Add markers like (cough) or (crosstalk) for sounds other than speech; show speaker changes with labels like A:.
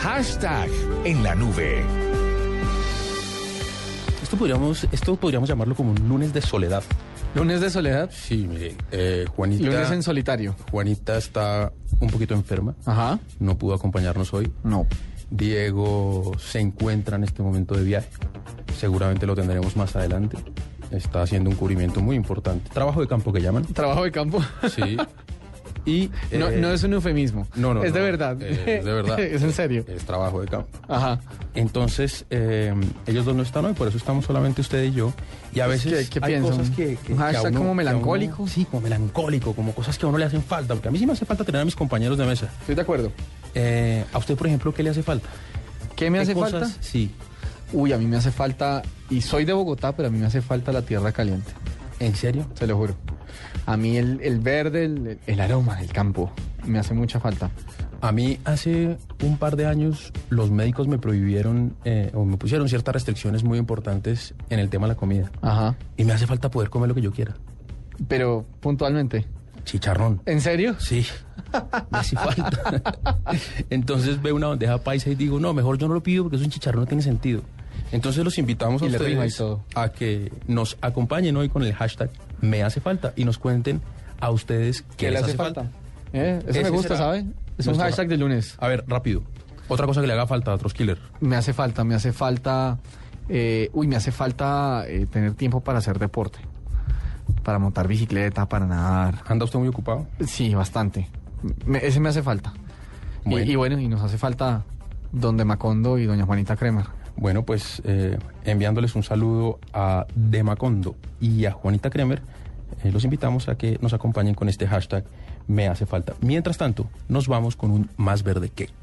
A: Hashtag en la nube.
B: Esto podríamos, esto podríamos llamarlo como un lunes de soledad.
C: Lunes de soledad.
B: Sí, mire, eh, Juanita.
C: Lunes en solitario.
B: Juanita está un poquito enferma.
C: Ajá.
B: No pudo acompañarnos hoy.
C: No.
B: Diego se encuentra en este momento de viaje. Seguramente lo tendremos más adelante. Está haciendo un cubrimiento muy importante. Trabajo de campo que
C: (laughs)
B: llaman.
C: Trabajo de
B: (laughs)
C: campo.
B: Sí. Y
C: No,
B: eh,
C: no es un eufemismo.
B: No, no,
C: Es de
B: no.
C: verdad.
B: Eh, es de verdad.
C: (laughs)
B: Eh.
C: es en serio.
B: Es trabajo de campo.
C: Ajá.
B: Entonces, eh, ellos dos no están hoy, por eso estamos solamente usted y yo. Y a veces
C: Pues, ¿Qué- qué
B: hay
C: piensan?
B: cosas que... que-
C: ¿Un
B: que a
C: hashtag
B: uno- que
C: como
B: a uno-
C: melancólico?
B: sí, como melancólico, como cosas que a uno le hacen falta. Porque a mí sí me hace falta tener a mis compañeros de mesa.
C: Estoy de acuerdo.
B: Eh, a usted, por ejemplo, ¿qué le hace falta?
C: ¿Qué me
B: ¿Qué
C: hace
B: cosas?
C: falta?
B: Sí.
C: Uy, a mí me hace falta, y soy de Bogotá, pero a mí me hace falta la tierra caliente.
B: ¿En serio?
C: Se lo juro. A mí el, el verde, el, el aroma del campo, me hace mucha falta.
B: A mí hace un par de años los médicos me prohibieron eh, o me pusieron ciertas restricciones muy importantes en el tema de la comida.
C: Ajá.
B: Y me hace falta poder comer lo que yo quiera.
C: Pero puntualmente.
B: Chicharrón.
C: ¿En serio?
B: Sí, me hace falta. (laughs) Entonces veo una bandeja paisa y digo, no, mejor yo no lo pido porque es un chicharrón, no tiene sentido. Entonces los invitamos a
C: Y le
B: ustedes
C: rima y todo.
B: a que nos acompañen hoy con el hashtag Me hace falta y nos cuenten a ustedes qué, les hace falta.
C: Eh, Eso
B: Ese
C: me gusta,
B: será
C: ¿sabe? Es un
B: nuestro-
C: hashtag de lunes.
B: A ver, rápido. Otra cosa que le haga falta a Troskiller.
C: Me hace falta, me hace falta. eh, uy, me hace falta eh, tener tiempo para hacer deporte. Para montar bicicleta, para nadar.
B: ¿Anda usted muy ocupado?
C: Sí, bastante. Me- ese me hace falta. Y-
B: Bueno.
C: Y, bueno, y nos hace falta Don De Macondo y Doña Juanita Kremer.
B: Bueno, pues eh, enviándoles un saludo a Demacondo y a Juanita Kremer, eh, los invitamos a que nos acompañen con este hashtag Me hace falta. Mientras tanto, nos vamos con un más verde que.